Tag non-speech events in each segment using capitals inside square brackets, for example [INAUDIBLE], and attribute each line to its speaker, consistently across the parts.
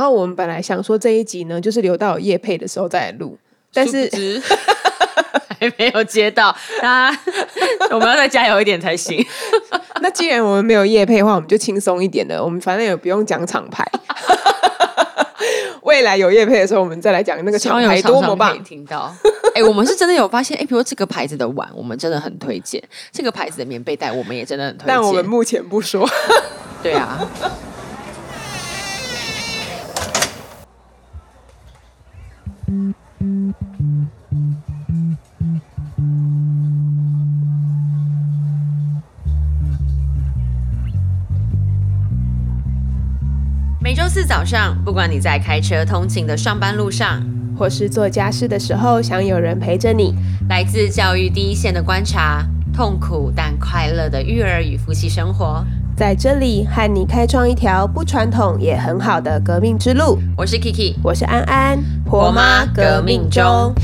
Speaker 1: 然后我们本来想说这一集呢，就是留到有叶配的时候再来录，但是
Speaker 2: 殊不知还没有接到，那我们要再加油一点才行。
Speaker 1: [LAUGHS] 那既然我们没有业配的话，我们就轻松一点的，我们反正也不用讲厂牌。 [LAUGHS] 未来有业配的时候，我们再来讲那个厂牌多么棒。
Speaker 2: 听到？ [LAUGHS] 哎、我们是真的有发现，哎、比如这个牌子的碗，我们真的很推荐；这个牌子的棉被袋，我们也真的很推荐。
Speaker 1: 但我们目前不
Speaker 2: [LAUGHS]
Speaker 1: 说。
Speaker 2: 对啊， [LAUGHS] 每周四早上，不管你在开车通勤的上班路上，
Speaker 1: 或是做家事的时候，想有人陪着你。
Speaker 2: 来自教育第一线的观察，痛苦但快乐的育儿与夫妻生活。
Speaker 1: 在这里和你开创一条不传统也很好的革命之路。
Speaker 2: 我是 Kiki，
Speaker 1: 我是安安，
Speaker 2: 婆妈革命中。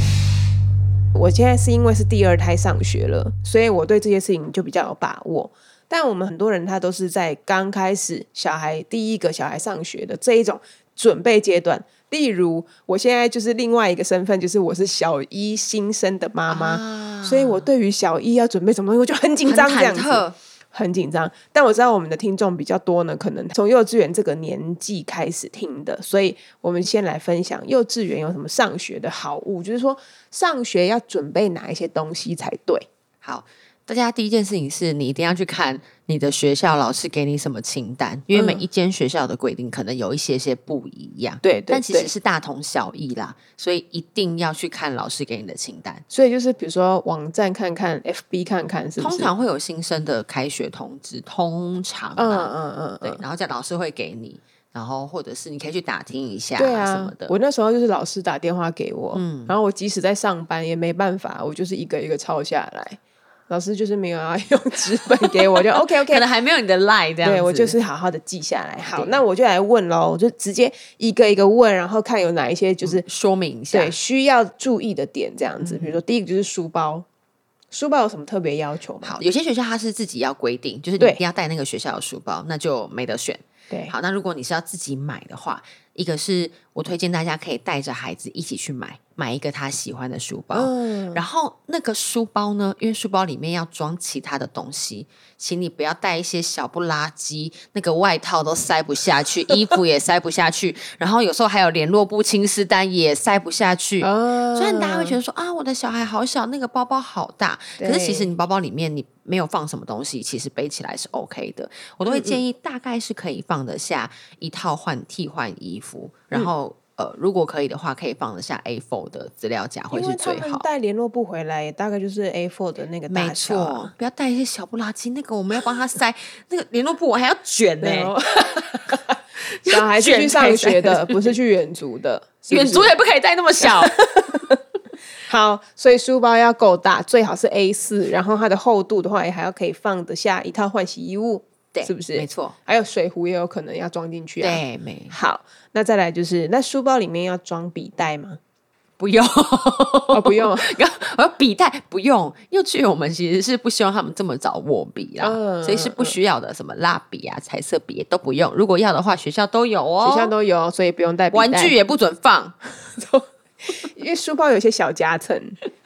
Speaker 1: 我现在是因为是第二胎上学了，所以我对这些事情就比较有把握。但我们很多人他都是在刚开始小孩第一个小孩上学的这一种准备阶段。例如，我现在就是另外一个身份，就是我是小一新生的妈妈，
Speaker 2: 啊
Speaker 1: 所以我对于小一要准备什么东西，我就很紧张，这样
Speaker 2: 很忐
Speaker 1: 子。
Speaker 2: 忑，
Speaker 1: 很紧张，但我知道我们的听众比较多呢，可能从幼稚园这个年纪开始听的，所以我们先来分享幼稚园有什么上学的好物，就是说上学要准备哪一些东西才对。
Speaker 2: 好，大家第一件事情是你一定要去看你的学校老师给你什么清单，因为每一间学校的规定可能有一些些不一样，
Speaker 1: 嗯对对
Speaker 2: 但其实
Speaker 1: 对
Speaker 2: 是大同小异啦，所以一定要去看老师给你的清单。
Speaker 1: 所以就是比如说网站看看，FB 看看，是不是？
Speaker 2: 通常会有新生的开学通知，通常
Speaker 1: 嗯
Speaker 2: 啊，
Speaker 1: 嗯嗯
Speaker 2: 对
Speaker 1: 嗯，，
Speaker 2: 然后在老师会给你，然后或者是你可以去打听一下
Speaker 1: 对
Speaker 2: 什么
Speaker 1: 啊
Speaker 2: 的。。
Speaker 1: 我那时候就是老师打电话给我，
Speaker 2: 嗯
Speaker 1: 然后我即使在上班也没办法，我就是一个一个抄下来。老师就是没有要 [LAUGHS] 用纸本给我，就 OK
Speaker 2: [LAUGHS]
Speaker 1: OK，
Speaker 2: 可能还没有你的 line 这样子，
Speaker 1: 对我就是好好的记下来。好，
Speaker 2: 对
Speaker 1: 那我就来问喽，我就直接一个一个问，然后看有哪一些就是、
Speaker 2: 说明一下
Speaker 1: 对，需要注意的点这样子。比如说第一个就是书包，书包有什么特别要求吗？
Speaker 2: 好，有些学校它是自己要规定，就是你
Speaker 1: 对
Speaker 2: 一定要带那个学校的书包，那就没得选。
Speaker 1: 对，
Speaker 2: 好，那如果你是要自己买的话，一个是我推荐大家可以带着孩子一起去买，买一个他喜欢的书包。
Speaker 1: 嗯，
Speaker 2: 然后那个书包呢，因为书包里面要装其他的东西，请你不要带一些小不拉几，那个外套都塞不下去，衣服也塞不下去， [LAUGHS] 然后有时候还有联络簿、青丝单也塞不下去。
Speaker 1: 啊
Speaker 2: 虽然大家会觉得说啊，我的小孩好小，那个包包好大，可是其实
Speaker 1: 对
Speaker 2: 你包包里面你没有放什么东西，其实背起来是 OK 的。我
Speaker 1: 嗯
Speaker 2: 都会建议大概是可以放得下一套换替换衣服，然
Speaker 1: 嗯
Speaker 2: 后呃，如果可以的话，可以放得下 A4 的资料夹会
Speaker 1: 因
Speaker 2: 是
Speaker 1: 为他
Speaker 2: 最
Speaker 1: 们
Speaker 2: 好。
Speaker 1: 带联络簿回来，也大概就是 A4 的那个
Speaker 2: 没
Speaker 1: 大小啊、
Speaker 2: 错，不要带一些小不拉几，那个我们要帮他塞 [LAUGHS] 那个联络簿，我还要卷呢、
Speaker 1: 对哦。 [LAUGHS] 小孩是去上学的，不是去远足的。是不
Speaker 2: 远
Speaker 1: 是
Speaker 2: 足也不可以带那
Speaker 1: [LAUGHS]
Speaker 2: 么小，
Speaker 1: 好，所以书包要够大，最好是 A 四，然后它的厚度的话也还要可以放得下一套换洗衣物，
Speaker 2: 对，
Speaker 1: 是不是？
Speaker 2: 没错，
Speaker 1: 还有水壶也有可能要装进去、啊。，
Speaker 2: 对，没
Speaker 1: 好，那再来就是，那书包里面要装笔袋吗？
Speaker 2: 不 [LAUGHS] 用。
Speaker 1: 哦，不用啊，
Speaker 2: 然后我说笔袋不用，幼稚园我们其实是不希望他们这么早握笔啦，
Speaker 1: 嗯
Speaker 2: 所以是不需要的，什么蜡笔啊、彩色笔也都不用。如果要的话，学校都有哦，
Speaker 1: 学校都有，所以不用带笔袋。
Speaker 2: 玩具，也不准放。
Speaker 1: 因为书包有些小夹层，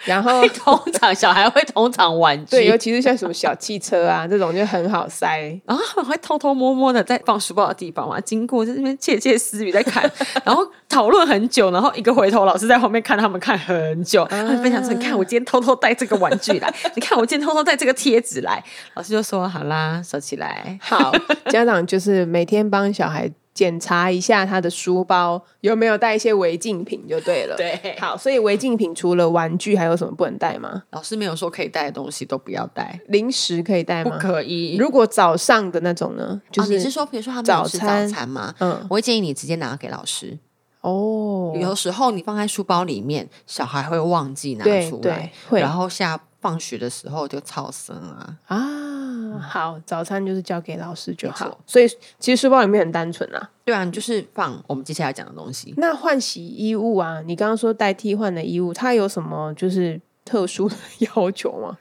Speaker 1: 然后
Speaker 2: [LAUGHS] 通常小孩会通常玩具，
Speaker 1: 对，尤其是像什么小汽车啊这种就很好塞。
Speaker 2: 然后他们会偷偷摸摸的在放书包的地方嘛，经过在那边窃窃私语在看，然后讨论很久，然后一个回头，老师在旁边看他们看很久，
Speaker 1: 啊
Speaker 2: 他们分享说：“你看我今天偷偷带这个玩具来， [LAUGHS] 你看我今天偷偷带这个贴纸来。”老师就说：“好啦，收起来。”
Speaker 1: 好，家长就是每天帮小孩检查一下他的书包有没有带一些违禁品就对了。
Speaker 2: 对
Speaker 1: 好，所以违禁品除了玩具还有什么不能带吗？
Speaker 2: 老师没有说可以带的东西都不要带，
Speaker 1: 零食可以带吗？
Speaker 2: 可
Speaker 1: 嗯
Speaker 2: 以
Speaker 1: 如果早上的那种呢？就、
Speaker 2: 就是你是说，比如说他们有吃
Speaker 1: 早
Speaker 2: 早
Speaker 1: 餐
Speaker 2: 餐吗？
Speaker 1: 嗯
Speaker 2: 我会建议你直接拿给老师。
Speaker 1: 哦，
Speaker 2: 有时候你放在书包里面，小孩会忘记拿
Speaker 1: 对
Speaker 2: 出
Speaker 1: 对
Speaker 2: 来，
Speaker 1: 会
Speaker 2: 然后下放学的时候就操生啊。
Speaker 1: 啊，好，早餐就是交给老师就
Speaker 2: 没
Speaker 1: 好
Speaker 2: 错。
Speaker 1: 所以其实书包里面很单纯啊。
Speaker 2: 对啊，你就是放我们接下来讲的
Speaker 1: [LAUGHS]
Speaker 2: 东西。
Speaker 1: 那换洗衣物啊，你刚刚说代替换的衣物，它有什么就是特殊的 [LAUGHS] 要求
Speaker 2: [LAUGHS]
Speaker 1: 吗？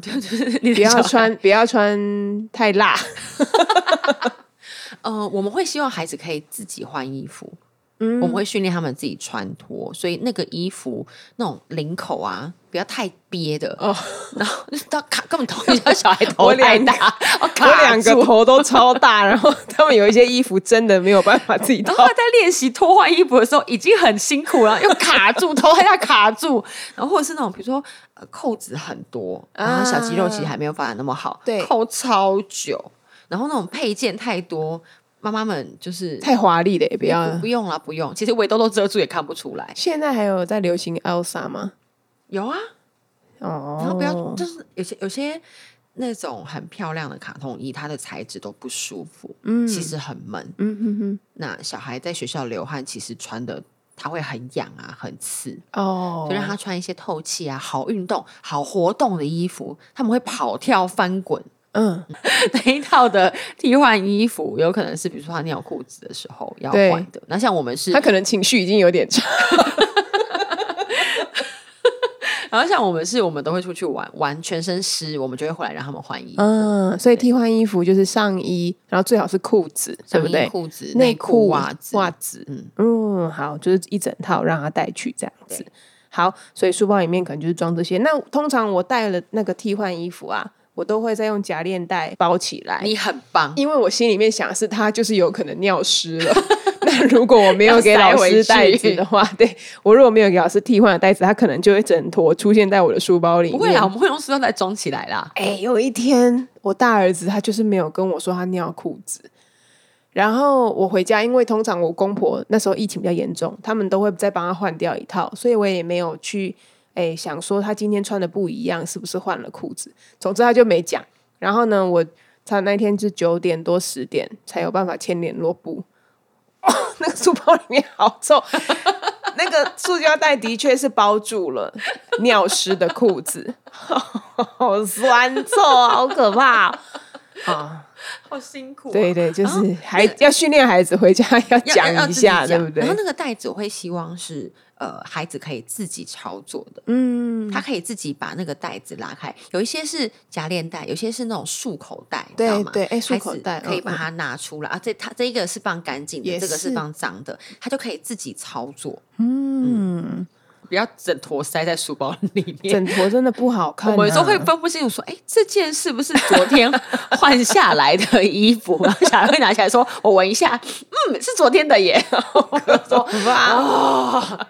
Speaker 2: 就是你
Speaker 1: 不
Speaker 2: 的小
Speaker 1: 要
Speaker 2: 孩
Speaker 1: 穿，不要穿
Speaker 2: [LAUGHS]
Speaker 1: 太辣。
Speaker 2: 呃，我们会希望孩子可以自己换衣服，嗯，我们会训练他们自己穿脱，所以那个衣服那种领口啊，不要太憋的，
Speaker 1: 哦，
Speaker 2: 然后到卡根本头
Speaker 1: [LAUGHS]
Speaker 2: 遇到小孩头
Speaker 1: 我
Speaker 2: 太
Speaker 1: 两个
Speaker 2: 大，哦
Speaker 1: 我
Speaker 2: 卡
Speaker 1: 两个
Speaker 2: 住
Speaker 1: 头都超大，然后他们有一些衣服真的没有办法自己
Speaker 2: 然
Speaker 1: 套
Speaker 2: 后。他在练习脱换衣服的时候已经很辛苦了，又卡住头，还要卡住， [LAUGHS] 然后或者是那种比如说、呃扣子很多，然后小肌肉其实还没有发展那么好，
Speaker 1: 对
Speaker 2: 扣超久，然后那种配件太多，妈妈们就是
Speaker 1: 太华丽了，也不要
Speaker 2: 不。不用了，不用，其实围兜兜遮住也看不出来，
Speaker 1: 现在还有在流行 Elsa 吗？
Speaker 2: 有啊，
Speaker 1: 哦，
Speaker 2: 然后不要、就是有些有些。那种很漂亮的卡通衣，它的材质都不舒服，嗯，其实很闷，
Speaker 1: 嗯哼哼，
Speaker 2: 那小孩在学校流汗，其实穿的他会很痒啊，很刺，
Speaker 1: 哦，
Speaker 2: 就让他穿一些透气啊、好运动、好活动的衣服。他们会跑跳、翻滚 [LAUGHS]
Speaker 1: 嗯，
Speaker 2: 那一套的替换衣服，有可能是比如说他尿裤子的时候要
Speaker 1: 对
Speaker 2: 换的。那像我们是
Speaker 1: 他，可能情绪已经有点差。
Speaker 2: 然后像我们是，我们都会出去玩，玩全身湿，我们就会回来让他们换衣服，
Speaker 1: 嗯，所以替换衣服就是上衣，然后最好是裤子，对不
Speaker 2: 上衣
Speaker 1: 对？
Speaker 2: 裤子、
Speaker 1: 内
Speaker 2: 裤、袜子。
Speaker 1: 袜子，
Speaker 2: 嗯
Speaker 1: 嗯，好，就是一整套让他带去这样子。好，所以书包里面可能就是装这些。那通常我带了那个替换衣服啊，我都会再用夹链袋包起来。
Speaker 2: 你很棒，
Speaker 1: 因为我心里面想的是，他就是有可能尿湿
Speaker 2: [LAUGHS]
Speaker 1: 了。那如果我没有给老
Speaker 2: 要塞回
Speaker 1: 师
Speaker 2: 去
Speaker 1: 袋子的话，对我如果没有给老师替换的袋子，他可能就会整坨出现在我的书包里面。
Speaker 2: 不会啦，我们会用塑料袋装起来啦。
Speaker 1: 哎、有一天我大儿子他就是没有跟我说他尿裤子，然后我回家，因为通常我公婆那时候疫情比较严重，他们都会再帮他换掉一套，所以我也没有去哎、想说他今天穿的不一样，是不是换了裤子？总之他就没讲。然后呢，我他那天是九点多十点才有办法签联络簿。 [COUGHS] 哦，那个书包里面好臭，那个塑胶袋的确是包住了尿湿的裤子，好酸臭，好可怕哦、啊！
Speaker 2: 好辛
Speaker 1: [LAUGHS]
Speaker 2: 苦、
Speaker 1: 对对，就是还要训练孩子回家要
Speaker 2: 要
Speaker 1: 讲
Speaker 2: 要要
Speaker 1: 一
Speaker 2: 自己
Speaker 1: 下，对
Speaker 2: 讲
Speaker 1: 不对
Speaker 2: 然？后那个袋子我会希望是呃孩子可以自己操作的，
Speaker 1: 嗯，
Speaker 2: 他可以自己把那个袋子拉开。有一些是夹链袋，有些是那种束口袋，
Speaker 1: 对
Speaker 2: 你知道吗
Speaker 1: 对哎束
Speaker 2: 孩子
Speaker 1: 口袋
Speaker 2: 可以
Speaker 1: 嗯
Speaker 2: 把它拿出来、啊。这它这一个是放干净
Speaker 1: 也
Speaker 2: 的，这个是
Speaker 1: 是
Speaker 2: 放脏的，他就可以自己操作，
Speaker 1: 嗯，
Speaker 2: 不要整坨塞在书包里面。
Speaker 1: 整坨真的不好看、啊，
Speaker 2: 我们有时候会分不清楚，说，哎、这件是不是昨天换下来的衣服？ [LAUGHS] 然后小孩会拿起来说，我闻一下，嗯，是昨天的耶。
Speaker 1: 说
Speaker 2: 啊
Speaker 1: 哇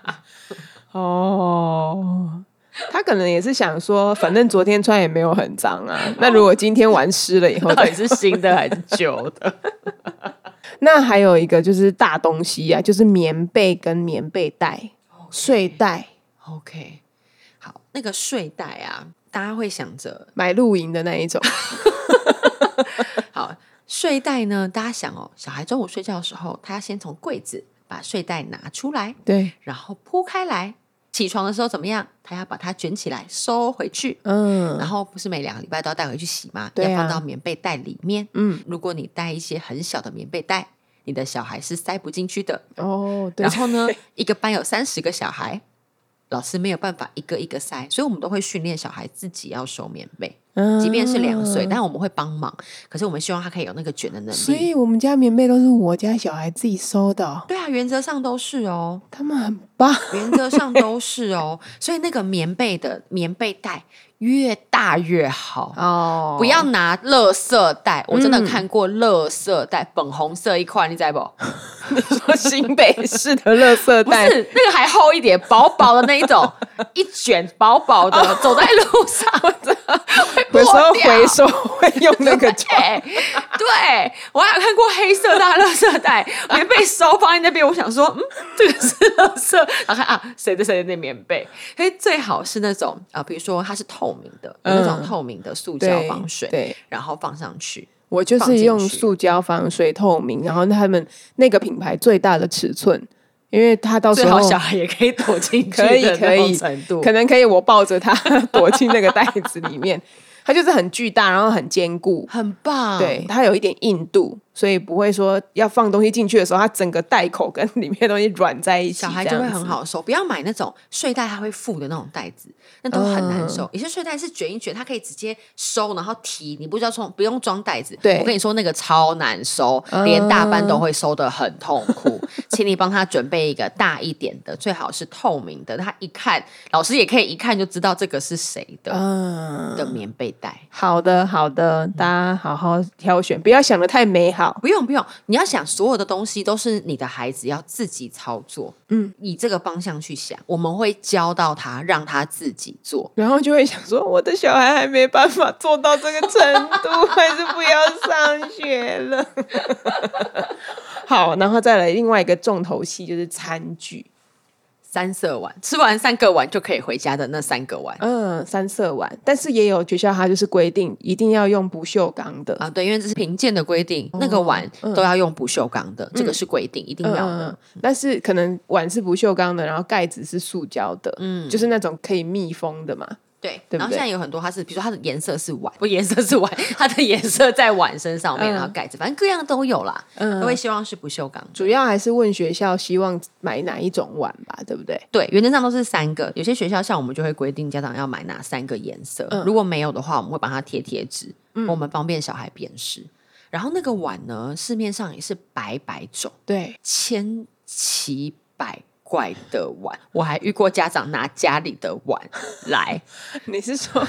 Speaker 1: 哦，他可能也是想说，反正昨天穿也没有很脏啊，那如果今天玩湿了以后
Speaker 2: 哦 [LAUGHS] 到底是新的还是旧的？
Speaker 1: [LAUGHS] 那还有一个就是大东西啊，就是棉被跟棉被袋、睡袋。
Speaker 2: OK，好，那个睡袋啊，大家会想着
Speaker 1: 买露营的那一种，
Speaker 2: 好睡袋呢，大家想哦，小孩中午睡觉的时候，他要先从柜子把睡袋拿出来，
Speaker 1: 对，
Speaker 2: 然后铺开来。起床的时候怎么样？他要把它卷起来收回去，
Speaker 1: 嗯
Speaker 2: 然后不是每两个礼拜都要带回去洗吗？
Speaker 1: 对啊
Speaker 2: 要放到棉被袋里面。
Speaker 1: 嗯，
Speaker 2: 如果你带一些很小的棉被袋，你的小孩是塞不进去的。
Speaker 1: 哦，对
Speaker 2: 然，后呢， [LAUGHS] 一个班有三十个小孩，老师没有办法一个一个塞，所以我们都会训练小孩自己要收棉被，
Speaker 1: 嗯
Speaker 2: 即便是两岁，但我们会帮忙。可是我们希望他可以有那个卷的能
Speaker 1: 所
Speaker 2: 力。
Speaker 1: 以我们家棉被都是我家小孩自己收的哦、
Speaker 2: 对啊，原则上都是哦，
Speaker 1: 他们很棒，
Speaker 2: 原则上都是哦。所以那个棉被的棉被袋越大越好。
Speaker 1: 哦
Speaker 2: 不要拿垃圾袋，我真的
Speaker 1: 嗯
Speaker 2: 看过垃圾袋，粉红色一块，你知道
Speaker 1: [LAUGHS]
Speaker 2: 不？
Speaker 1: 说新北市的垃圾
Speaker 2: 不
Speaker 1: 袋，
Speaker 2: 是那个还厚一点，薄薄的那一种，一卷薄薄的，走在路上
Speaker 1: 有
Speaker 2: 会
Speaker 1: 时候
Speaker 2: 破掉。
Speaker 1: 回收会用那个装，
Speaker 2: 对，对我还有看过黑色大垃圾袋，棉被收放在那边，我想说，嗯，这个是垃圾，然后看啊，谁的谁的那棉被，哎，最好是那种啊、呃比如说它是透明的，有那种
Speaker 1: 嗯
Speaker 2: 透明的塑胶
Speaker 1: [LAUGHS] 对
Speaker 2: 防水，
Speaker 1: 对，
Speaker 2: 然后放上去，
Speaker 1: 我就
Speaker 2: 放
Speaker 1: 是
Speaker 2: 进
Speaker 1: 用
Speaker 2: 去
Speaker 1: 塑胶防水透明，然后他们那个品牌最大的尺寸，因为他到时
Speaker 2: 最
Speaker 1: 候
Speaker 2: 好小孩也可以躲进去
Speaker 1: 可以
Speaker 2: 的
Speaker 1: 可
Speaker 2: 那种
Speaker 1: 以
Speaker 2: 程度，
Speaker 1: 可能可以，我抱着它 [LAUGHS] 躲进那个袋子里面，它就是很巨大，然后很坚固，
Speaker 2: 很
Speaker 1: 嗯
Speaker 2: 棒，
Speaker 1: 对，它有一点硬度，所以不会说要放东西进去的时候，它整个袋口跟里面的东西软在一起，
Speaker 2: 小孩就会很。好收。不要买那种睡袋它会附的那种袋子，那都很难
Speaker 1: 嗯
Speaker 2: 收。有些睡袋是卷一卷，它可以直接收，然后提，你不知道从不用装袋子。
Speaker 1: 对嗯
Speaker 2: 我跟你说那个超难收，连大班都会收的很痛苦。请你帮他准备一个大一点的，最好是透明的，他一看老师也可以一看就知道这个是谁的
Speaker 1: 嗯，
Speaker 2: 的棉被袋。
Speaker 1: 好的，好的，大家好好挑选，不要想的太美好。
Speaker 2: 不用不用，你要想所有的东西都是你的孩子要自己操作，嗯，以这个方向去想，我们会教到他，让他自己做。
Speaker 1: 然后就会想说，我的小孩还没办法做到这个程度，还是不要上学了。 [LAUGHS] 好，然后再来另外一个重头戏就是餐具，
Speaker 2: 三色碗，吃完三个碗就可以回家的那三个碗、
Speaker 1: 嗯，三色碗，但是也有学校它就是规定一定要用不锈钢的，
Speaker 2: 啊，对，因为这是评
Speaker 1: 哦
Speaker 2: 鉴的规定，那个碗都要用不锈钢的，这个是规定，一定
Speaker 1: 嗯
Speaker 2: 要
Speaker 1: 嗯，嗯
Speaker 2: 的。
Speaker 1: 但是可能碗是不锈钢的，然后盖子是塑胶的，嗯，就是那种可以密封的嘛，
Speaker 2: 对，
Speaker 1: 对不
Speaker 2: 然后
Speaker 1: 对
Speaker 2: 现在有很多，它是比如说它的颜色是碗，不颜色是碗，它的颜色在碗身上面，
Speaker 1: 嗯
Speaker 2: 然后盖子，反正各样都有啦，
Speaker 1: 嗯
Speaker 2: 都会希望是不锈钢的。
Speaker 1: 主要还是问学校希望买哪一种碗吧，对不对？
Speaker 2: 对，原则上都是三个。有些学校像我们就会规定家长要买哪三个颜色，
Speaker 1: 嗯
Speaker 2: 如果没有的话，我们会帮他贴贴纸，我们方便小孩辨识。然后那个碗呢，市面上也是百百种，
Speaker 1: 对，
Speaker 2: 千奇百怪的碗。我还遇过家长拿家里的碗来，
Speaker 1: [LAUGHS]
Speaker 2: [LAUGHS]
Speaker 1: 你是说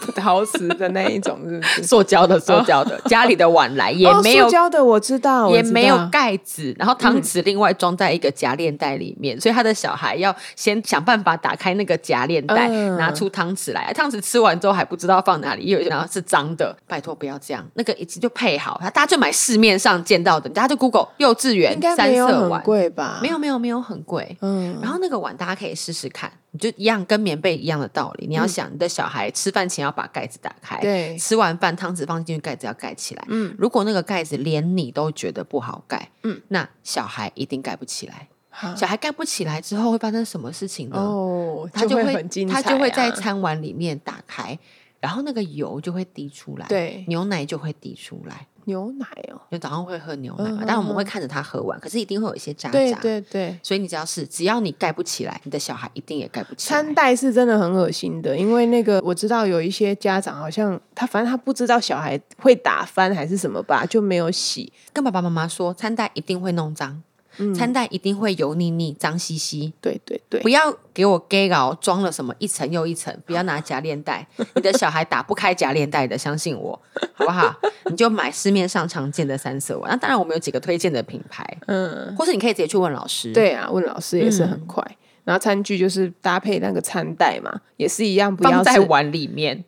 Speaker 1: 葡萄瓷的那一种，是不是？
Speaker 2: 塑胶的、塑胶的，家里的碗来也
Speaker 1: 哦
Speaker 2: 没有
Speaker 1: 塑胶的，我知道，
Speaker 2: 也
Speaker 1: 哦我知道嗯
Speaker 2: 没有盖子，然后汤匙另外装在一个夹链袋里面，所以他的小孩要先想办法打开那个夹链袋，
Speaker 1: 嗯
Speaker 2: 拿出汤匙来。啊汤匙吃完之后还不知道放哪里，又有然后是脏的，拜托不要这样。那个已经就配好，大家就买市面上见到的，大家就 Google 幼稚园
Speaker 1: 应该
Speaker 2: 三
Speaker 1: 没有
Speaker 2: 色
Speaker 1: 很
Speaker 2: 碗，
Speaker 1: 贵吧？
Speaker 2: 没，有没有没有很贵。
Speaker 1: 嗯，
Speaker 2: 然后那个碗大家可以试试看，你就一样跟棉被一样的道理。你要想你的小孩吃饭前要把盖子打开，
Speaker 1: 嗯对
Speaker 2: 吃完饭汤匙放进去，盖子要盖起来。嗯，如果那个盖子连你都觉得不好盖，嗯，那小孩一定盖不起来。
Speaker 1: 好
Speaker 2: 小孩盖不起来之后会发生什么事情呢？
Speaker 1: 哦，
Speaker 2: 他就
Speaker 1: 会
Speaker 2: 会
Speaker 1: 很精彩
Speaker 2: 他
Speaker 1: 啊，
Speaker 2: 就会在餐碗里面打开，然后那个油就会滴出来，
Speaker 1: 对
Speaker 2: 牛奶就会滴出来。
Speaker 1: 牛奶哦，
Speaker 2: 因为早上会喝牛奶嘛，
Speaker 1: 嗯
Speaker 2: 但我们
Speaker 1: 嗯
Speaker 2: 会看着他喝完，可是一定会有一些渣渣。
Speaker 1: 对对对。
Speaker 2: 所以你只要是只要你盖不起来，你的小孩一定也盖不起来。
Speaker 1: 餐袋是真的很恶心的，因为那个我知道有一些家长好像他反正他不知道小孩会打翻还是什么吧，就没有洗。
Speaker 2: 跟爸爸妈妈说，餐袋一定会弄脏，
Speaker 1: 嗯
Speaker 2: 餐袋一定会油腻腻、脏兮兮。
Speaker 1: 对对对
Speaker 2: 不，要给我 gay 搞装了什么一层又一层，不要拿夹链袋，你的小孩打不开夹链袋的，相信我，好不好？你就买市面上常见的三色碗。那当然，我们有几个推荐的品牌，
Speaker 1: 嗯，
Speaker 2: 或是你可以直接去问老师。，
Speaker 1: 对啊，问老师也是
Speaker 2: 嗯
Speaker 1: 很快。然后餐具就是搭配那个餐袋嘛，也是一样，不要
Speaker 2: 放在
Speaker 1: 是
Speaker 2: 碗里面，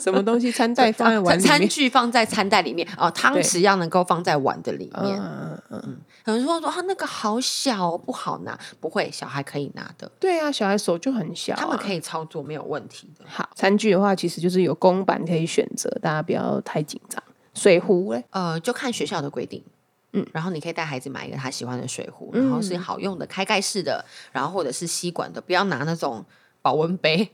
Speaker 1: 什么东西，餐袋放在碗里
Speaker 2: [LAUGHS] 哦餐
Speaker 1: 面。
Speaker 2: 具放在餐袋里面，哦，汤
Speaker 1: 对
Speaker 2: 匙要能够放在碗的里面。
Speaker 1: 嗯，嗯嗯
Speaker 2: 有人说说啊，那个好小、哦，不好拿。不会，小孩可以拿的，
Speaker 1: 对啊，小孩手就很小、
Speaker 2: 他们可
Speaker 1: 以。
Speaker 2: 以操作，没有问题的。
Speaker 1: 好，餐具的话其实就是有公版可以选择，大家不要太紧张。水壶嘞，
Speaker 2: 呃，就看学校的规定。嗯，然后你可以带孩子买一个他喜欢的水壶，然后是好用的开盖式的，然后或者是吸管的，不要拿那种保温杯，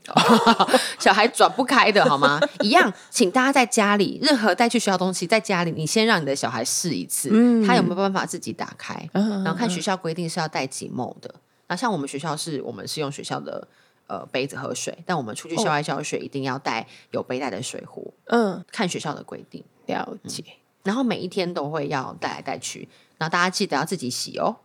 Speaker 2: 小孩转不开的好吗？一样，请大家在家里任何带去学校的东西，在家里你先让你的小孩试一次，他有没有办法自己打开，
Speaker 1: 嗯
Speaker 2: 然后看学校规定是要带几毛的。那像我们学校是我们是用学校的呃杯子喝水，但我们出去校外教学一定要带有背带的水壶，
Speaker 1: 嗯，
Speaker 2: 看学校的规定。
Speaker 1: 了解。
Speaker 2: 然后每一天都会要带来带去，然后大家记得要自己洗哦，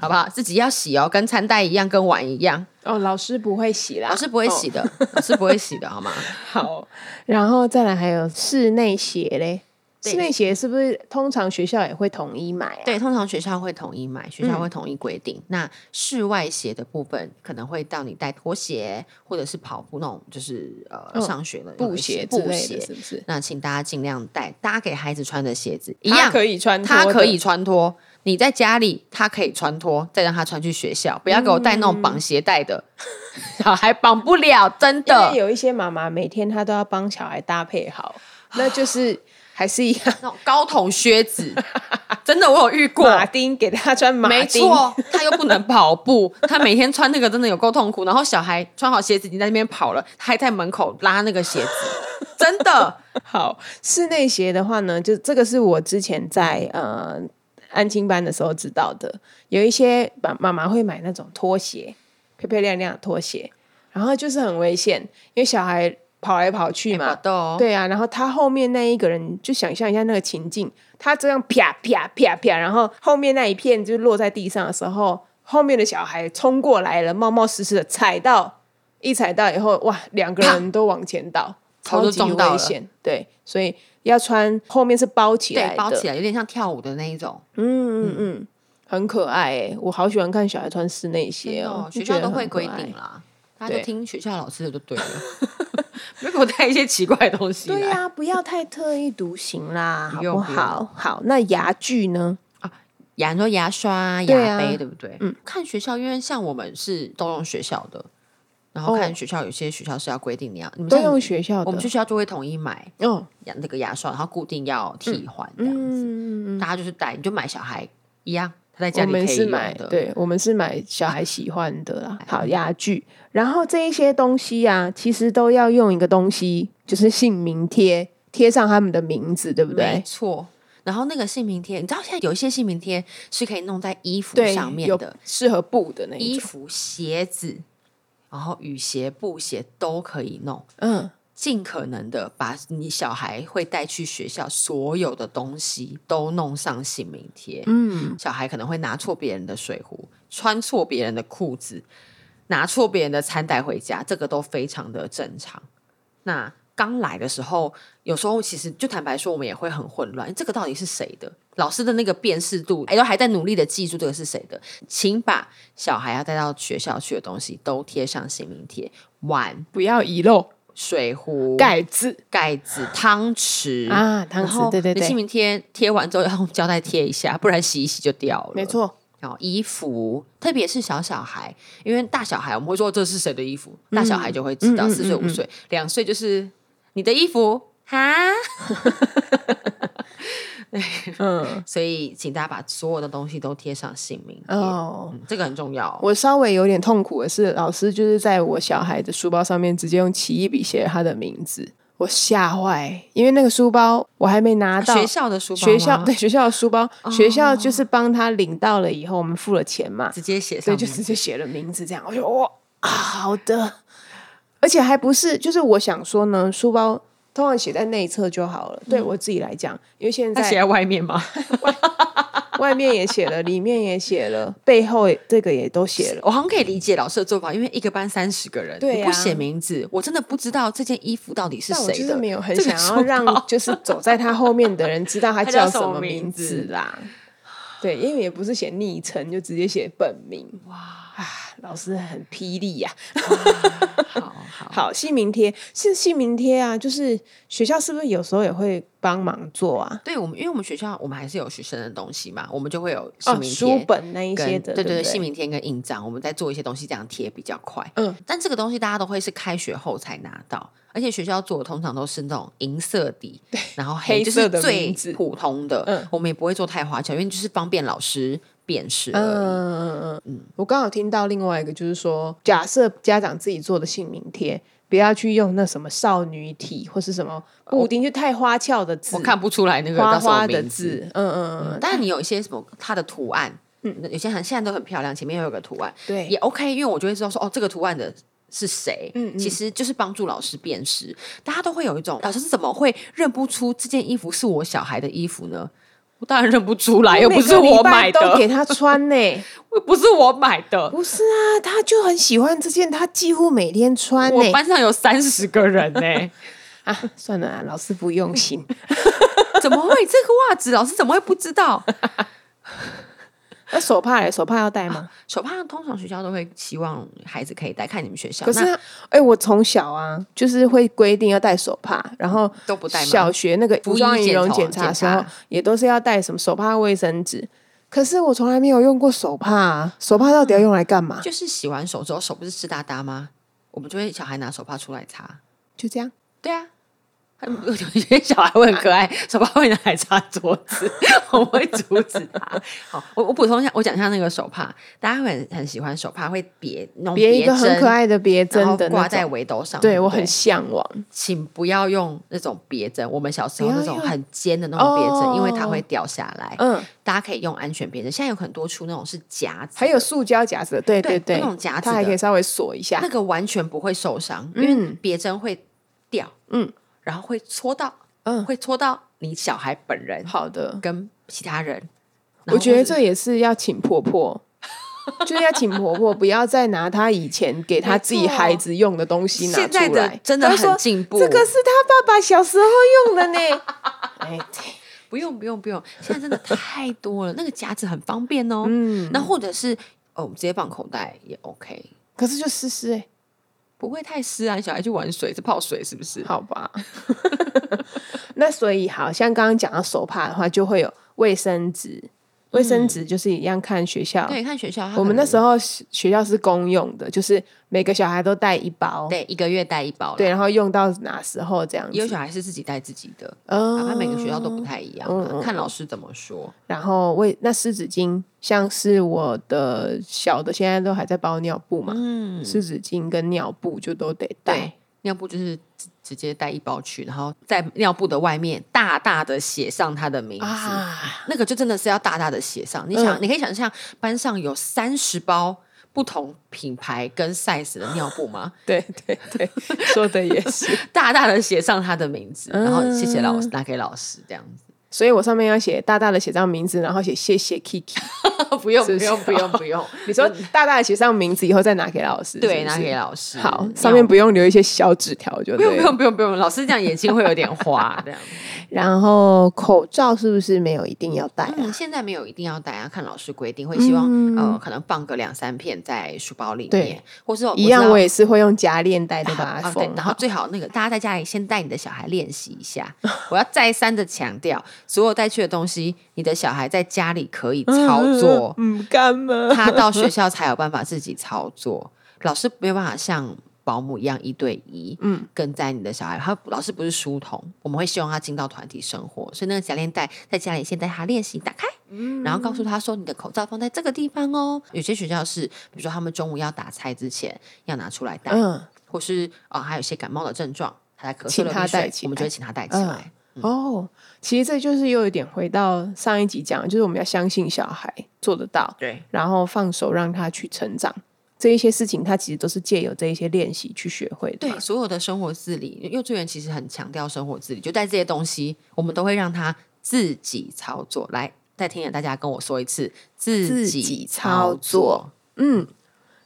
Speaker 2: 好不好？自己要洗哦，跟餐袋一样，跟碗一样，
Speaker 1: 哦，老师不会洗啦，
Speaker 2: 老师不会洗
Speaker 1: 哦
Speaker 2: 的，老师不会洗的，好吗？
Speaker 1: 好，然后再来还有室内鞋嘞，
Speaker 2: 对
Speaker 1: 室内鞋是不是通常学校也会统一买啊？
Speaker 2: [LAUGHS] 对，通常学校会统一买，学校会统一规定。那室外鞋的部分，可能会到你带拖鞋，或者是跑步那种，就是呃、
Speaker 1: 嗯
Speaker 2: 上学的那
Speaker 1: 布
Speaker 2: 个
Speaker 1: 鞋之类
Speaker 2: 布
Speaker 1: 的，
Speaker 2: 鞋。
Speaker 1: 是不是？
Speaker 2: 那请大家尽量带，大家给孩子穿的鞋子一
Speaker 1: 他
Speaker 2: 样，
Speaker 1: 可以穿，
Speaker 2: 他可以，穿脱，你在家里他可以穿脱，再让他穿去学校，不要给我带那种绑鞋带的，小孩绑不了，真
Speaker 1: 因为
Speaker 2: 的。
Speaker 1: 有一些妈妈每天她都要帮小孩搭配好，那就是还是一样
Speaker 2: 那种高筒靴子， [LAUGHS] 真的我有遇过。
Speaker 1: 马丁给他穿马丁，
Speaker 2: 没错，他又不能跑步，他每天穿那个真的有够痛 [LAUGHS] 苦。然后小孩穿好鞋子已经在那边跑了，他还在门口拉那个鞋子，真的。
Speaker 1: 好，室内鞋的话呢，就这个是我之前在呃安亲班的时候知道的，有一些妈妈妈会买那种拖鞋，漂漂亮亮的拖鞋，然后就是很危险，因为小孩跑来跑去嘛，
Speaker 2: 豆
Speaker 1: 对啊，然后他后面那一个人，就想象一下那个情境，他这样啪啪啪啪，然后后面那一片就落在地上的时候，后面的小孩冲过来了，冒冒失失的踩到，一踩到以后，哇，两个人都往前倒，[LAUGHS]
Speaker 2: 头
Speaker 1: 超
Speaker 2: 都
Speaker 1: 级
Speaker 2: 撞到
Speaker 1: 危
Speaker 2: 了
Speaker 1: 险。对，所以要穿后面是包起来的，
Speaker 2: 对包起来，有点像跳舞的那一种。
Speaker 1: 嗯嗯嗯，很可爱、欸。我好喜欢看小孩穿室内鞋
Speaker 2: 真的
Speaker 1: 哦
Speaker 2: 哦，学
Speaker 1: 就觉
Speaker 2: 校
Speaker 1: 得
Speaker 2: 都
Speaker 1: 很
Speaker 2: 会
Speaker 1: 可
Speaker 2: 规
Speaker 1: 爱
Speaker 2: 定啦，大家
Speaker 1: 对
Speaker 2: 就听学校老师的就
Speaker 1: [LAUGHS]
Speaker 2: 对了，不要给我带一些奇怪的东西来。
Speaker 1: 对啊 [LAUGHS] 呀、不要太特立独行啦，好
Speaker 2: 不用
Speaker 1: 不
Speaker 2: 不用
Speaker 1: 好？好，那牙具呢？
Speaker 2: 牙你说牙刷、
Speaker 1: 对啊
Speaker 2: 牙杯，对不对？
Speaker 1: 嗯，
Speaker 2: 看学校，因为像我们是都用学校的，然后看学校有些学校是要规定你要，你们
Speaker 1: 哦都
Speaker 2: 像
Speaker 1: 用学校的，
Speaker 2: 我们去学校嗯就会统一买
Speaker 1: 哦，
Speaker 2: 牙那个牙刷，然后固定要替换这样子，
Speaker 1: 嗯，
Speaker 2: 大家就是带，你就买小孩一样，他在家
Speaker 1: 我
Speaker 2: 里可
Speaker 1: 们
Speaker 2: 以
Speaker 1: 是
Speaker 2: 用
Speaker 1: 买，
Speaker 2: 的，哎
Speaker 1: 对，我们是买小孩喜欢的啦，好牙具。然后这一些东西啊，其实都要用一个东西，就是姓名贴，贴上他们的名字，对不
Speaker 2: 没
Speaker 1: 对？
Speaker 2: 错。然后那个姓名贴，你知道现在有一些姓名贴是可以弄在衣服
Speaker 1: 对，
Speaker 2: 上面
Speaker 1: 有
Speaker 2: 的，
Speaker 1: 适合布的那一
Speaker 2: 衣
Speaker 1: 种，
Speaker 2: 服、鞋子，然后雨鞋、布鞋都可以弄，
Speaker 1: 嗯，
Speaker 2: 尽可能的把你小孩会带去学校所有的东西都弄上姓名贴。嗯，小孩可能会拿错别人的水壶，穿错别人的裤子，拿错别人的餐袋回家，这个都非常的正常。那刚来的时候，有时候其实就坦白说，我们也会很混乱，诶这个到底是谁的？老师的那个辨识度，哎，都还在努力的记住这个是谁的。请把小孩要带到学校去的东西都贴上姓名贴，碗、
Speaker 1: 不要遗漏
Speaker 2: 水壶、
Speaker 1: 盖子
Speaker 2: 盖子、汤匙。
Speaker 1: 啊，
Speaker 2: 然
Speaker 1: 汤
Speaker 2: 后
Speaker 1: 匙，对对
Speaker 2: 你姓
Speaker 1: 对，
Speaker 2: 名贴贴完之后要用胶带贴一下，不然洗一洗就掉了。
Speaker 1: 没错，
Speaker 2: 然后衣服，特别是小小孩，因为大小孩我们会说这是谁的衣服，大小孩就会知道，
Speaker 1: 嗯嗯
Speaker 2: 四岁
Speaker 1: 嗯
Speaker 2: 五岁，两岁就是你的衣服
Speaker 1: [LAUGHS]
Speaker 2: 哈。
Speaker 1: 嗯，
Speaker 2: 所以请大家把所有的东西都贴上姓名贴，
Speaker 1: 哦。
Speaker 2: 嗯，这个很重要。
Speaker 1: 我稍微有点痛苦的是，老师就是在我小孩的书包上面直接用奇异笔写了他的名字，我吓坏，因为那个书包我还没拿到。
Speaker 2: 学校的书包
Speaker 1: 学校
Speaker 2: 吗哦
Speaker 1: 对学校的书包，学校就是帮他领到了以后，我们付了钱嘛，
Speaker 2: 直接写
Speaker 1: 对，
Speaker 2: 上
Speaker 1: 就
Speaker 2: 名
Speaker 1: 直接写了名字这样。我就哇、啊，好的，而且还不是，就是我想说呢，书包通常写在内侧就好了。
Speaker 2: 嗯
Speaker 1: 对我自己来讲，因为现
Speaker 2: 他
Speaker 1: 在
Speaker 2: 写在外面吗？
Speaker 1: 外面也写了，里面也写了，背后也这个也都写了。
Speaker 2: 我好像可以理解老师的做法，因为一个班三十个人，
Speaker 1: 对啊
Speaker 2: 你不写名字，我真的不知道这件衣服到底是
Speaker 1: 但我
Speaker 2: 谁
Speaker 1: 就是
Speaker 2: 的。
Speaker 1: 没有很
Speaker 2: 这个
Speaker 1: 想
Speaker 2: 书
Speaker 1: 要
Speaker 2: 包
Speaker 1: 让就是走在他后面的人知道 [LAUGHS] 他
Speaker 2: 他叫
Speaker 1: 叫什
Speaker 2: 什么
Speaker 1: 么
Speaker 2: 名
Speaker 1: 名字
Speaker 2: 字
Speaker 1: 啦。对，因为也不是写昵称，就直接写本名。哇啊，老师很霹雳呀、 [LAUGHS]
Speaker 2: 好好，
Speaker 1: 好，姓名贴是姓名贴啊，就是学校是不是有时候也会帮忙做啊？
Speaker 2: 对我们，因为我们学校我们还是有学生的东西嘛，我们就会有姓
Speaker 1: 哦，
Speaker 2: 名
Speaker 1: 书
Speaker 2: 贴。
Speaker 1: 本那一
Speaker 2: 跟
Speaker 1: 些的，
Speaker 2: 对
Speaker 1: 对不
Speaker 2: 姓名贴跟印章，我们在做一些东西，这样贴比较快。
Speaker 1: 嗯，
Speaker 2: 但这个东西大家都会是开学后才拿到，而且学校做的通常都是那种银色底，然后
Speaker 1: 黑
Speaker 2: 就是
Speaker 1: 色的
Speaker 2: 最
Speaker 1: 名字
Speaker 2: 普通的，
Speaker 1: 嗯
Speaker 2: 我们也不会做太花俏，因为就是方便老师辨识而已。
Speaker 1: 嗯嗯嗯嗯，我刚好听到另外一个，就是说，假设家长自己做的姓名贴，不要去用那什么少女体或是什么布丁，就太花俏的字，
Speaker 2: 我看不出来那个
Speaker 1: 花
Speaker 2: 叫什么
Speaker 1: 花的
Speaker 2: 名字
Speaker 1: 字，嗯嗯嗯，
Speaker 2: 但你有一些什么它的图案，嗯，有些很现在都很漂亮，前面又有个图案，
Speaker 1: 对
Speaker 2: 也 OK，因为我就会知道说哦，这个图案的是谁，
Speaker 1: 嗯嗯
Speaker 2: 其实就是帮助老师辨识。大家都会有一种老师怎么会认不出这件衣服是我小孩的衣服呢？我当然认不出来，又不是
Speaker 1: 每个礼
Speaker 2: 我
Speaker 1: 拜
Speaker 2: 买的，
Speaker 1: 都给他穿呢、
Speaker 2: 又不是我买的。
Speaker 1: [LAUGHS] 不是啊，他就很喜欢这件，他几乎每天穿呢、
Speaker 2: 我班上有三十个人呢、
Speaker 1: 啊，算了啊，老师不用 [LAUGHS] 心，
Speaker 2: 怎么会这个袜子老师怎么会不知道？ [LAUGHS]
Speaker 1: 那手帕嘞，手帕要戴 [LAUGHS] 吗？
Speaker 2: 手帕通常学校都会希望孩子可以戴，看你们学校。
Speaker 1: 可是
Speaker 2: 那
Speaker 1: 他，哎、我从小啊，就是会规定要戴手帕，然后
Speaker 2: 都不戴吗
Speaker 1: 小学那个
Speaker 2: 服
Speaker 1: 服
Speaker 2: 役
Speaker 1: 装仪容
Speaker 2: 检
Speaker 1: 检
Speaker 2: 查
Speaker 1: 查的时候，也都是要带什么手帕、卫生纸。可是我从来没有用过手帕、啊，手帕到底要用来干嘛？就
Speaker 2: 就是洗完手之后，手不是湿哒哒吗？我们就会小孩拿手帕出来擦。
Speaker 1: 就这样。
Speaker 2: 对啊，有些小孩会很可爱，手帕会拿来擦桌子， [LAUGHS] 我会阻止他。好，我我补充一下，我讲一下那个手帕，大家会很很喜欢手帕，会别弄
Speaker 1: 别一个很
Speaker 2: 针
Speaker 1: 可爱的别
Speaker 2: 然
Speaker 1: 针
Speaker 2: 后
Speaker 1: 的
Speaker 2: 挂
Speaker 1: 那
Speaker 2: 在
Speaker 1: 种，
Speaker 2: 围兜上。
Speaker 1: 对
Speaker 2: 不
Speaker 1: 我很向往。
Speaker 2: 请不要用那种别针，我们小时候
Speaker 1: 不要
Speaker 2: 那种
Speaker 1: 用
Speaker 2: 很尖的那种别针，
Speaker 1: 哦
Speaker 2: 因为它会掉下来。
Speaker 1: 嗯，
Speaker 2: 大家可以用安全别针，现在有很多出那种是夹子的，
Speaker 1: 还有塑胶夹子的，对
Speaker 2: 对
Speaker 1: 对
Speaker 2: 那，种夹子
Speaker 1: 它还
Speaker 2: 的
Speaker 1: 可以稍微锁一下
Speaker 2: 那。个完全不会受伤，因为
Speaker 1: 嗯
Speaker 2: 别针会掉，
Speaker 1: 嗯，
Speaker 2: 然后会戳到，
Speaker 1: 嗯，
Speaker 2: 会戳到你小孩本人
Speaker 1: 好的，
Speaker 2: 跟其他人。然后
Speaker 1: 我觉得
Speaker 2: 或
Speaker 1: 这也是要请婆婆，就是要请婆婆不要再拿她以前给她自己孩子用的东西
Speaker 2: 是
Speaker 1: 拿
Speaker 2: 现在
Speaker 1: 出
Speaker 2: 的
Speaker 1: 来，
Speaker 2: 真的
Speaker 1: 她说
Speaker 2: 很进步，
Speaker 1: 这个是她爸爸小时候用的
Speaker 2: [LAUGHS]
Speaker 1: 呢。哎，
Speaker 2: 不用不用不用，现在真的太
Speaker 1: [LAUGHS]
Speaker 2: 多了，那个夹子很方便哦。
Speaker 1: 嗯，
Speaker 2: 那或者是哦，我们直接放口袋也 OK，
Speaker 1: 可是就试试哎，
Speaker 2: 不会太湿啊。你小孩去玩水是泡水是不是？
Speaker 1: 好吧。 [LAUGHS] 那所以好像刚刚讲到手帕的话，就会有卫生纸，卫生纸就是一样看学校。
Speaker 2: 嗯对，看学校，
Speaker 1: 我们那时
Speaker 2: 候
Speaker 1: 候学校是公用的，就是每个小孩都带一包，
Speaker 2: 对一个月带一包啦，
Speaker 1: 对，然后用到哪时候这样
Speaker 2: 也有
Speaker 1: 子。
Speaker 2: 小孩是自己带自己的，
Speaker 1: 嗯
Speaker 2: 啊，他每个学校都不太一样啊，
Speaker 1: 嗯嗯
Speaker 2: 看老师怎么说。
Speaker 1: 然后为那湿纸巾，像是我的小的现在都还在包尿布嘛，
Speaker 2: 嗯，
Speaker 1: 湿纸巾跟尿布就都得带
Speaker 2: 对。，尿布就是直直接带一包去，然后在尿布的外面大大的写上他的名字。
Speaker 1: 啊，
Speaker 2: 那个就真的是要大大的写上，你
Speaker 1: 嗯
Speaker 2: 想，你可以想象班上有三十包不同品牌跟 size 的尿布吗？
Speaker 1: [LAUGHS]
Speaker 2: [LAUGHS]
Speaker 1: 对对对，说的也是。
Speaker 2: 大大的写上他的名字，然后谢谢老师，
Speaker 1: 嗯
Speaker 2: 拿给老师这样子。
Speaker 1: 所以我上面要写大大的写上名字，然后写谢谢 Kiki。
Speaker 2: 不用
Speaker 1: 是
Speaker 2: 不
Speaker 1: [LAUGHS] 不是
Speaker 2: 用不用不用，
Speaker 1: 你说大大的写上名字以后再拿给老师，
Speaker 2: [LAUGHS] 对，
Speaker 1: 是不
Speaker 2: 拿
Speaker 1: 是
Speaker 2: 给老师。
Speaker 1: 好，
Speaker 2: 尿
Speaker 1: 上面不用留一些小纸条就
Speaker 2: 不用
Speaker 1: 对
Speaker 2: 不
Speaker 1: 了。
Speaker 2: 用不用不用，老师这样眼睛会有点花这样。
Speaker 1: 然后口罩是不是没有一定要戴啊？
Speaker 2: 嗯，现在没有一定要带啊，看老师规定，会希望
Speaker 1: 嗯
Speaker 2: 呃可能放个两三片在书包里面
Speaker 1: 对，
Speaker 2: 或是
Speaker 1: 一样，我
Speaker 2: 我
Speaker 1: 也是会用夹链带的
Speaker 2: 知道
Speaker 1: 把它
Speaker 2: 啊对
Speaker 1: 缝
Speaker 2: 然后
Speaker 1: 好。
Speaker 2: 最好那个大家在家里先带你的小孩练习一下。我要再三的强调，所有带去的东西，你的小孩在家里可以操作，
Speaker 1: 嗯，干嘛？
Speaker 2: 他到学校才有办法自己操作， [LAUGHS] 老师没有办法像保姆一样一对一，嗯
Speaker 1: 嗯，
Speaker 2: 跟在你的小孩。他老师不是书童，我们会希望他进到团体生活，所以那个夹链袋在家里先带他练习打开，
Speaker 1: 嗯
Speaker 2: 然后告诉他说你的口罩放在这个地方哦。有些学校是，比如说他们中午要打菜之前要拿出来带，
Speaker 1: 嗯，
Speaker 2: 或是啊、还有一些感冒的症状，他在咳嗽
Speaker 1: 请
Speaker 2: 流
Speaker 1: 他
Speaker 2: 鼻水
Speaker 1: 带起
Speaker 2: 我们就
Speaker 1: 来
Speaker 2: 会请他带起
Speaker 1: 嗯
Speaker 2: 来。
Speaker 1: 哦，其实这就是又有点回到上一集讲，就是我们要相信小孩做得到，
Speaker 2: 对，
Speaker 1: 然后放手让他去成长。这一些事情，他其实都是借由这一些练习去学会的嘛。
Speaker 2: 对，所有的生活自理，幼稚园其实很强调生活自理，就带这些东西，我们都会让他自己操作。来，再听着大家跟我说一次，自
Speaker 1: 自
Speaker 2: 己
Speaker 1: 己
Speaker 2: 操
Speaker 1: 操作。嗯，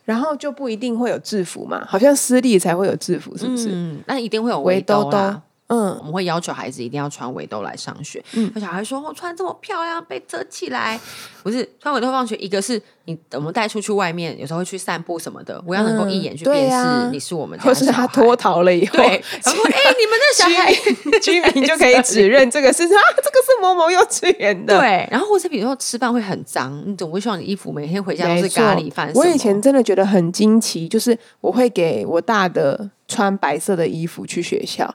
Speaker 1: 然后就不一定会有制服嘛，好像私立才会有制服，是不是？
Speaker 2: 嗯，那一定会有
Speaker 1: 围
Speaker 2: 围兜
Speaker 1: 兜
Speaker 2: 啦
Speaker 1: 兜
Speaker 2: 我
Speaker 1: 嗯，
Speaker 2: 们会要求孩子一定要穿围兜来上学。
Speaker 1: 嗯
Speaker 2: 有小孩说：“我、哦穿这么漂亮，被遮起来。”不是穿围兜放学，一个是你我们带出去外面，有时候会去散步什么的，我要能够一眼去
Speaker 1: 嗯对
Speaker 2: 辨识、
Speaker 1: 啊
Speaker 2: 你是我们家
Speaker 1: 或是
Speaker 2: 小孩
Speaker 1: 他。脱逃了以后，
Speaker 2: 对，然后说：“哎、你们那小孩
Speaker 1: 居 [LAUGHS] 居民就
Speaker 2: [LAUGHS]
Speaker 1: 可以指认这个是 [LAUGHS] 啊，这个是某某幼稚园的。
Speaker 2: 对，啊然后或者比如说吃饭会很脏，你总不会希望你衣服每天回家都是
Speaker 1: 没错，
Speaker 2: 咖喱饭什么。
Speaker 1: 我以前真的觉得很惊奇，就是我会给我大的穿白色的衣服去学校，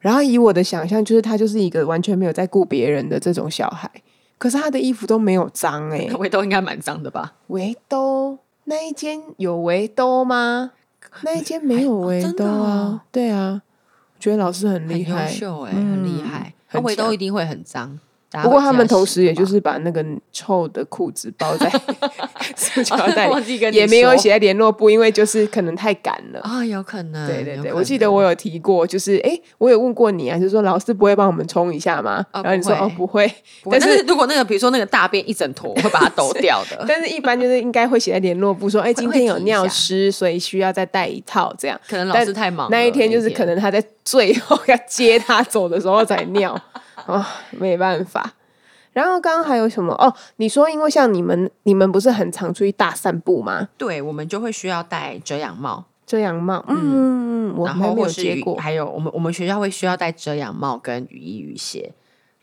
Speaker 1: 然后以我的想象，就是他就是一个完全没有在顾别人的这种小孩，可是他的衣服都没有脏
Speaker 2: [LAUGHS]
Speaker 1: 哎、
Speaker 2: 围兜应该蛮脏的吧？
Speaker 1: 围兜那一间有围兜
Speaker 2: [LAUGHS]
Speaker 1: 吗？
Speaker 2: 哦啊
Speaker 1: 那一间没有围兜
Speaker 2: 真的哦
Speaker 1: 啊，对啊，我觉得老师很
Speaker 2: 很
Speaker 1: 厉
Speaker 2: 优
Speaker 1: 害，
Speaker 2: 秀哎、
Speaker 1: 嗯
Speaker 2: 很厉害。那
Speaker 1: 很
Speaker 2: 围兜
Speaker 1: 强
Speaker 2: 一定会很脏，大家
Speaker 1: 不过
Speaker 2: 会
Speaker 1: 他
Speaker 2: 这
Speaker 1: 们
Speaker 2: 样
Speaker 1: 同
Speaker 2: 洗
Speaker 1: 时也就
Speaker 2: 吧
Speaker 1: 是把那个臭的裤子包
Speaker 2: [LAUGHS]
Speaker 1: 在塑胶袋
Speaker 2: 忘
Speaker 1: 里，
Speaker 2: 记跟你
Speaker 1: 也没有
Speaker 2: 说
Speaker 1: 写在联络簿，因为就是可能太赶了。
Speaker 2: 啊、有可能。
Speaker 1: 对对
Speaker 2: 有
Speaker 1: 对，
Speaker 2: 可
Speaker 1: 我记得
Speaker 2: 能
Speaker 1: 我有提过，就是哎，我有问过你啊，就是说老师不会帮我们冲一下吗？
Speaker 2: 啊
Speaker 1: 然后你说
Speaker 2: 不会
Speaker 1: 哦不会，
Speaker 2: 不会
Speaker 1: 但
Speaker 2: 但
Speaker 1: 是
Speaker 2: 是如果那个比如说那个大便一整坨，我会 [LAUGHS] 把它抖掉的。
Speaker 1: 但是一般就是应该会写在联络簿说，哎，今天有
Speaker 2: 提一
Speaker 1: 尿
Speaker 2: 下
Speaker 1: 湿，所以需要再带一套这样。
Speaker 2: 可能老
Speaker 1: 但
Speaker 2: 师太忙了，
Speaker 1: 那一天就是可能他在最后要接他走的时候才尿啊、没办法。然后刚刚还有什么？哦，你说因为像你们，你们不是很常出去大散步吗？
Speaker 2: 对我们就会需要戴遮阳帽，
Speaker 1: 遮阳帽，嗯，嗯我
Speaker 2: 然
Speaker 1: 们还
Speaker 2: 后
Speaker 1: 没
Speaker 2: 或
Speaker 1: 有
Speaker 2: 是
Speaker 1: 接
Speaker 2: 雨
Speaker 1: 过，
Speaker 2: 还有我们我们学校会需要戴遮阳帽跟雨衣雨鞋。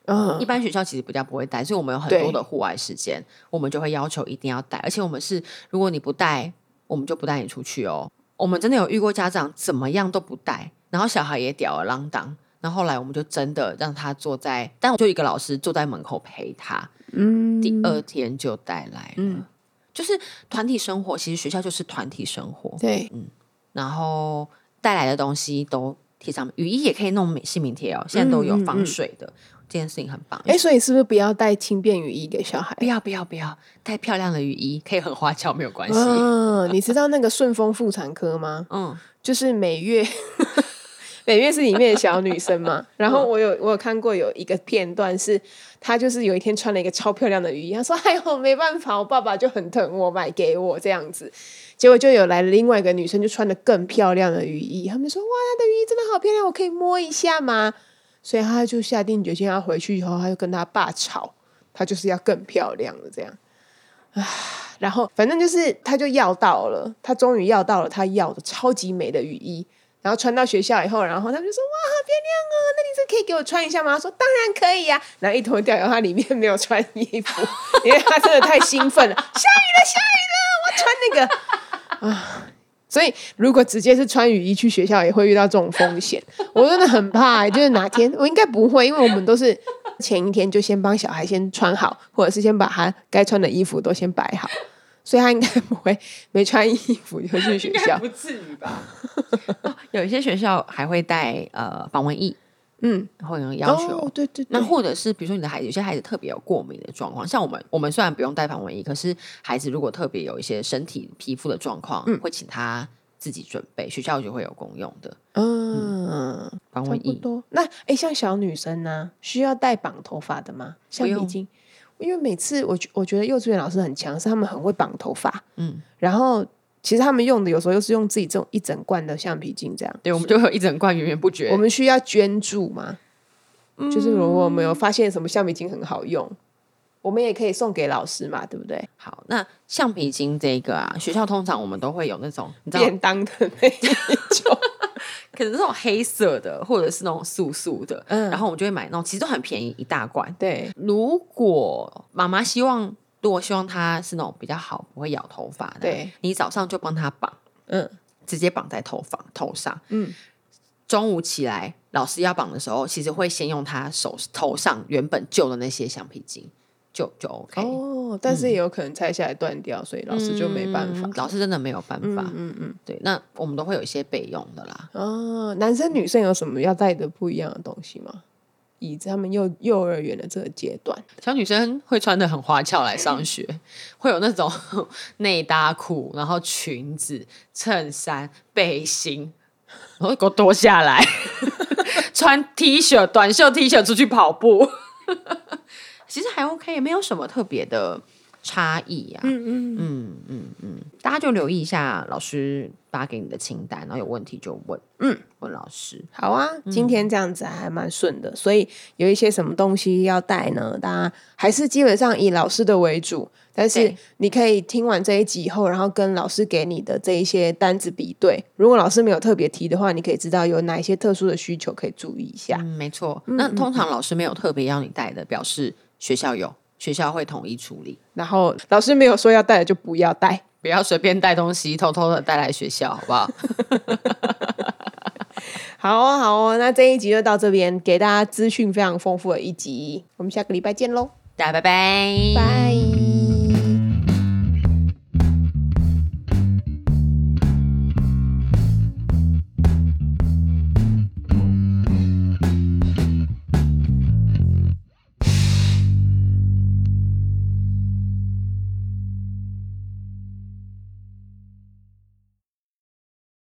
Speaker 2: 一
Speaker 1: 嗯，
Speaker 2: 般学校其实比较不会带，所以我们有很
Speaker 1: 对
Speaker 2: 多的户外时间，我们就会要求一定要带。而且我们是，如果你不带，我们就不带你出去哦。我们真的有遇过家长怎么样都不带，然后小孩也吊儿郎当，然后后来我们就真的让他坐在，但就一个老师坐在门口陪他，
Speaker 1: 嗯，
Speaker 2: 第二天就带来了。
Speaker 1: 嗯
Speaker 2: 就是团体生活，其实学校就是团体生活，
Speaker 1: 对，
Speaker 2: 然后带来的东西都贴上，雨衣也可以弄美姓名贴哦，现在都有
Speaker 1: 嗯嗯
Speaker 2: 防水的，这件事情很棒。
Speaker 1: 哎，所以是不是不要带轻便雨衣给小孩
Speaker 2: 不？要不要不要，带漂亮的雨衣可以很花俏，没有关系。
Speaker 1: 嗯，你知道那个顺丰妇产科吗？
Speaker 2: 嗯，
Speaker 1: 就是每月 [LAUGHS] 每月是里面的小女生嘛。然后我有我有看过有一个片段是，她就是有一天穿了一个超漂亮的雨衣，她说：“ [LAUGHS] 哎呦，没办法，我爸爸就很疼我，买给我这样子。”结果就有来了另外一个女生，就穿的更漂亮的雨衣，他们就说：“哇，她的雨衣真的好漂亮，我可以摸一下吗？”所以她就下定决心，她回去以后，她就跟她爸吵，她就是要更漂亮的这样。然后反正就是他就要到了，他终于要到了他要的超级美的雨衣，然后穿到学校以后，然后他们就说哇，好漂亮哦，那你这可以给我穿一下吗？他说当然可以呀、啊然后一脱掉以后，他里面没有穿衣服， [LAUGHS] 因为他真的太兴奋了，下雨 [LAUGHS] 了，下雨了，我穿那个啊。所以，如果直接是穿雨衣去学校，也会遇到这种风险。我真的很怕、欸就是哪天我应该不会，因为我们都是前一天就先帮小孩先穿好，或者是先把他该穿的衣服都先摆好。所以他应该不会没穿衣服就去学校。
Speaker 2: 至于 [LAUGHS] 吧？哦有一些学校还会带呃防蚊液，
Speaker 1: 嗯，
Speaker 2: 会有要求。
Speaker 1: 哦、对对对，
Speaker 2: 那或者是比如说你的孩子，有些孩子特别有过敏的状况，像我们，我们虽然不用带防蚊液，可是孩子如果特别有一些身体皮肤的状况，
Speaker 1: 嗯
Speaker 2: 会请他自己准备，学校就会有公用的
Speaker 1: 嗯，
Speaker 2: 防
Speaker 1: 差
Speaker 2: 蚊
Speaker 1: 不
Speaker 2: 液。
Speaker 1: 多。那哎，像小女生呢、需要戴绑头发的吗？橡皮
Speaker 2: 用
Speaker 1: 筋？因为每次我觉我觉得幼稚园老师很强，是他们很会绑头发，
Speaker 2: 嗯，
Speaker 1: 然后其实他们用的有时候又是用自己这种一整罐的橡皮筋这样。
Speaker 2: 对，我们就会有一整罐源源不绝。
Speaker 1: 我们需要捐助吗？就是如果我们
Speaker 2: 嗯
Speaker 1: 有发现什么橡皮筋很好用，我们也可以送给老师嘛，对不对？
Speaker 2: 好，那橡皮筋这个啊，学校通常我们都会有那种，你知道，
Speaker 1: 便当的那一种，
Speaker 2: 可能是那种黑色的，或者是那种素素的，
Speaker 1: 嗯
Speaker 2: 然后我们就会买那种，其实都很便宜，一大罐。
Speaker 1: 对，
Speaker 2: 如果妈妈希望，如果希望它是那种比较好，不会咬头发的，
Speaker 1: 对，
Speaker 2: 你早上就帮它绑，
Speaker 1: 嗯，
Speaker 2: 直接绑在头发头上，
Speaker 1: 嗯，
Speaker 2: 中午起来老师要绑的时候，其实会先用他手头上原本旧的那些橡皮筋，就就 OK。
Speaker 1: [LAUGHS] 哦，但是也有可能拆下来断掉，所以老师就没办法
Speaker 2: 嗯。老师真的没有办法。
Speaker 1: 嗯嗯
Speaker 2: 对，那我们都会有一些备用的啦。
Speaker 1: 哦，男生女生有什么要带的不一样的东西吗？以他们幼幼儿园的这个阶段，
Speaker 2: 小女生会穿的很花俏来上学，会有那种 [LAUGHS] 内搭裤，然后裙子、衬衫、背心，然后给我脱下来， [LAUGHS] 穿 T 恤、短袖 T 恤出去跑步， [LAUGHS] 其实还 OK，没有什么特别的差异啊。
Speaker 1: 嗯嗯，
Speaker 2: 大家就留意一下老师发给你的清单，然后有问题就问，嗯，问老师。
Speaker 1: 好啊，今
Speaker 2: 嗯
Speaker 1: 天这样子还蛮顺的，所以有一些什么东西要带呢？大家还是基本上以老师的为主，但是
Speaker 2: 对
Speaker 1: 你可以听完这一集以后，然后跟老师给你的这一些单子比对，如果老师没有特别提的话，你可以知道有哪一些特殊的需求可以注意一下。
Speaker 2: 嗯，没嗯错。那通常老师没有特别要你带的，表示学校有，学校会统一处理。
Speaker 1: 然后老师没有说要带的就不要带。
Speaker 2: 不要随便带东西，偷偷的带来学校，好不 [LAUGHS] 好？
Speaker 1: 好哦，好哦，那这一集就到这边，给大家资讯非常丰富的一集，我们下个礼拜见喽，
Speaker 2: 大家拜拜，
Speaker 1: 拜。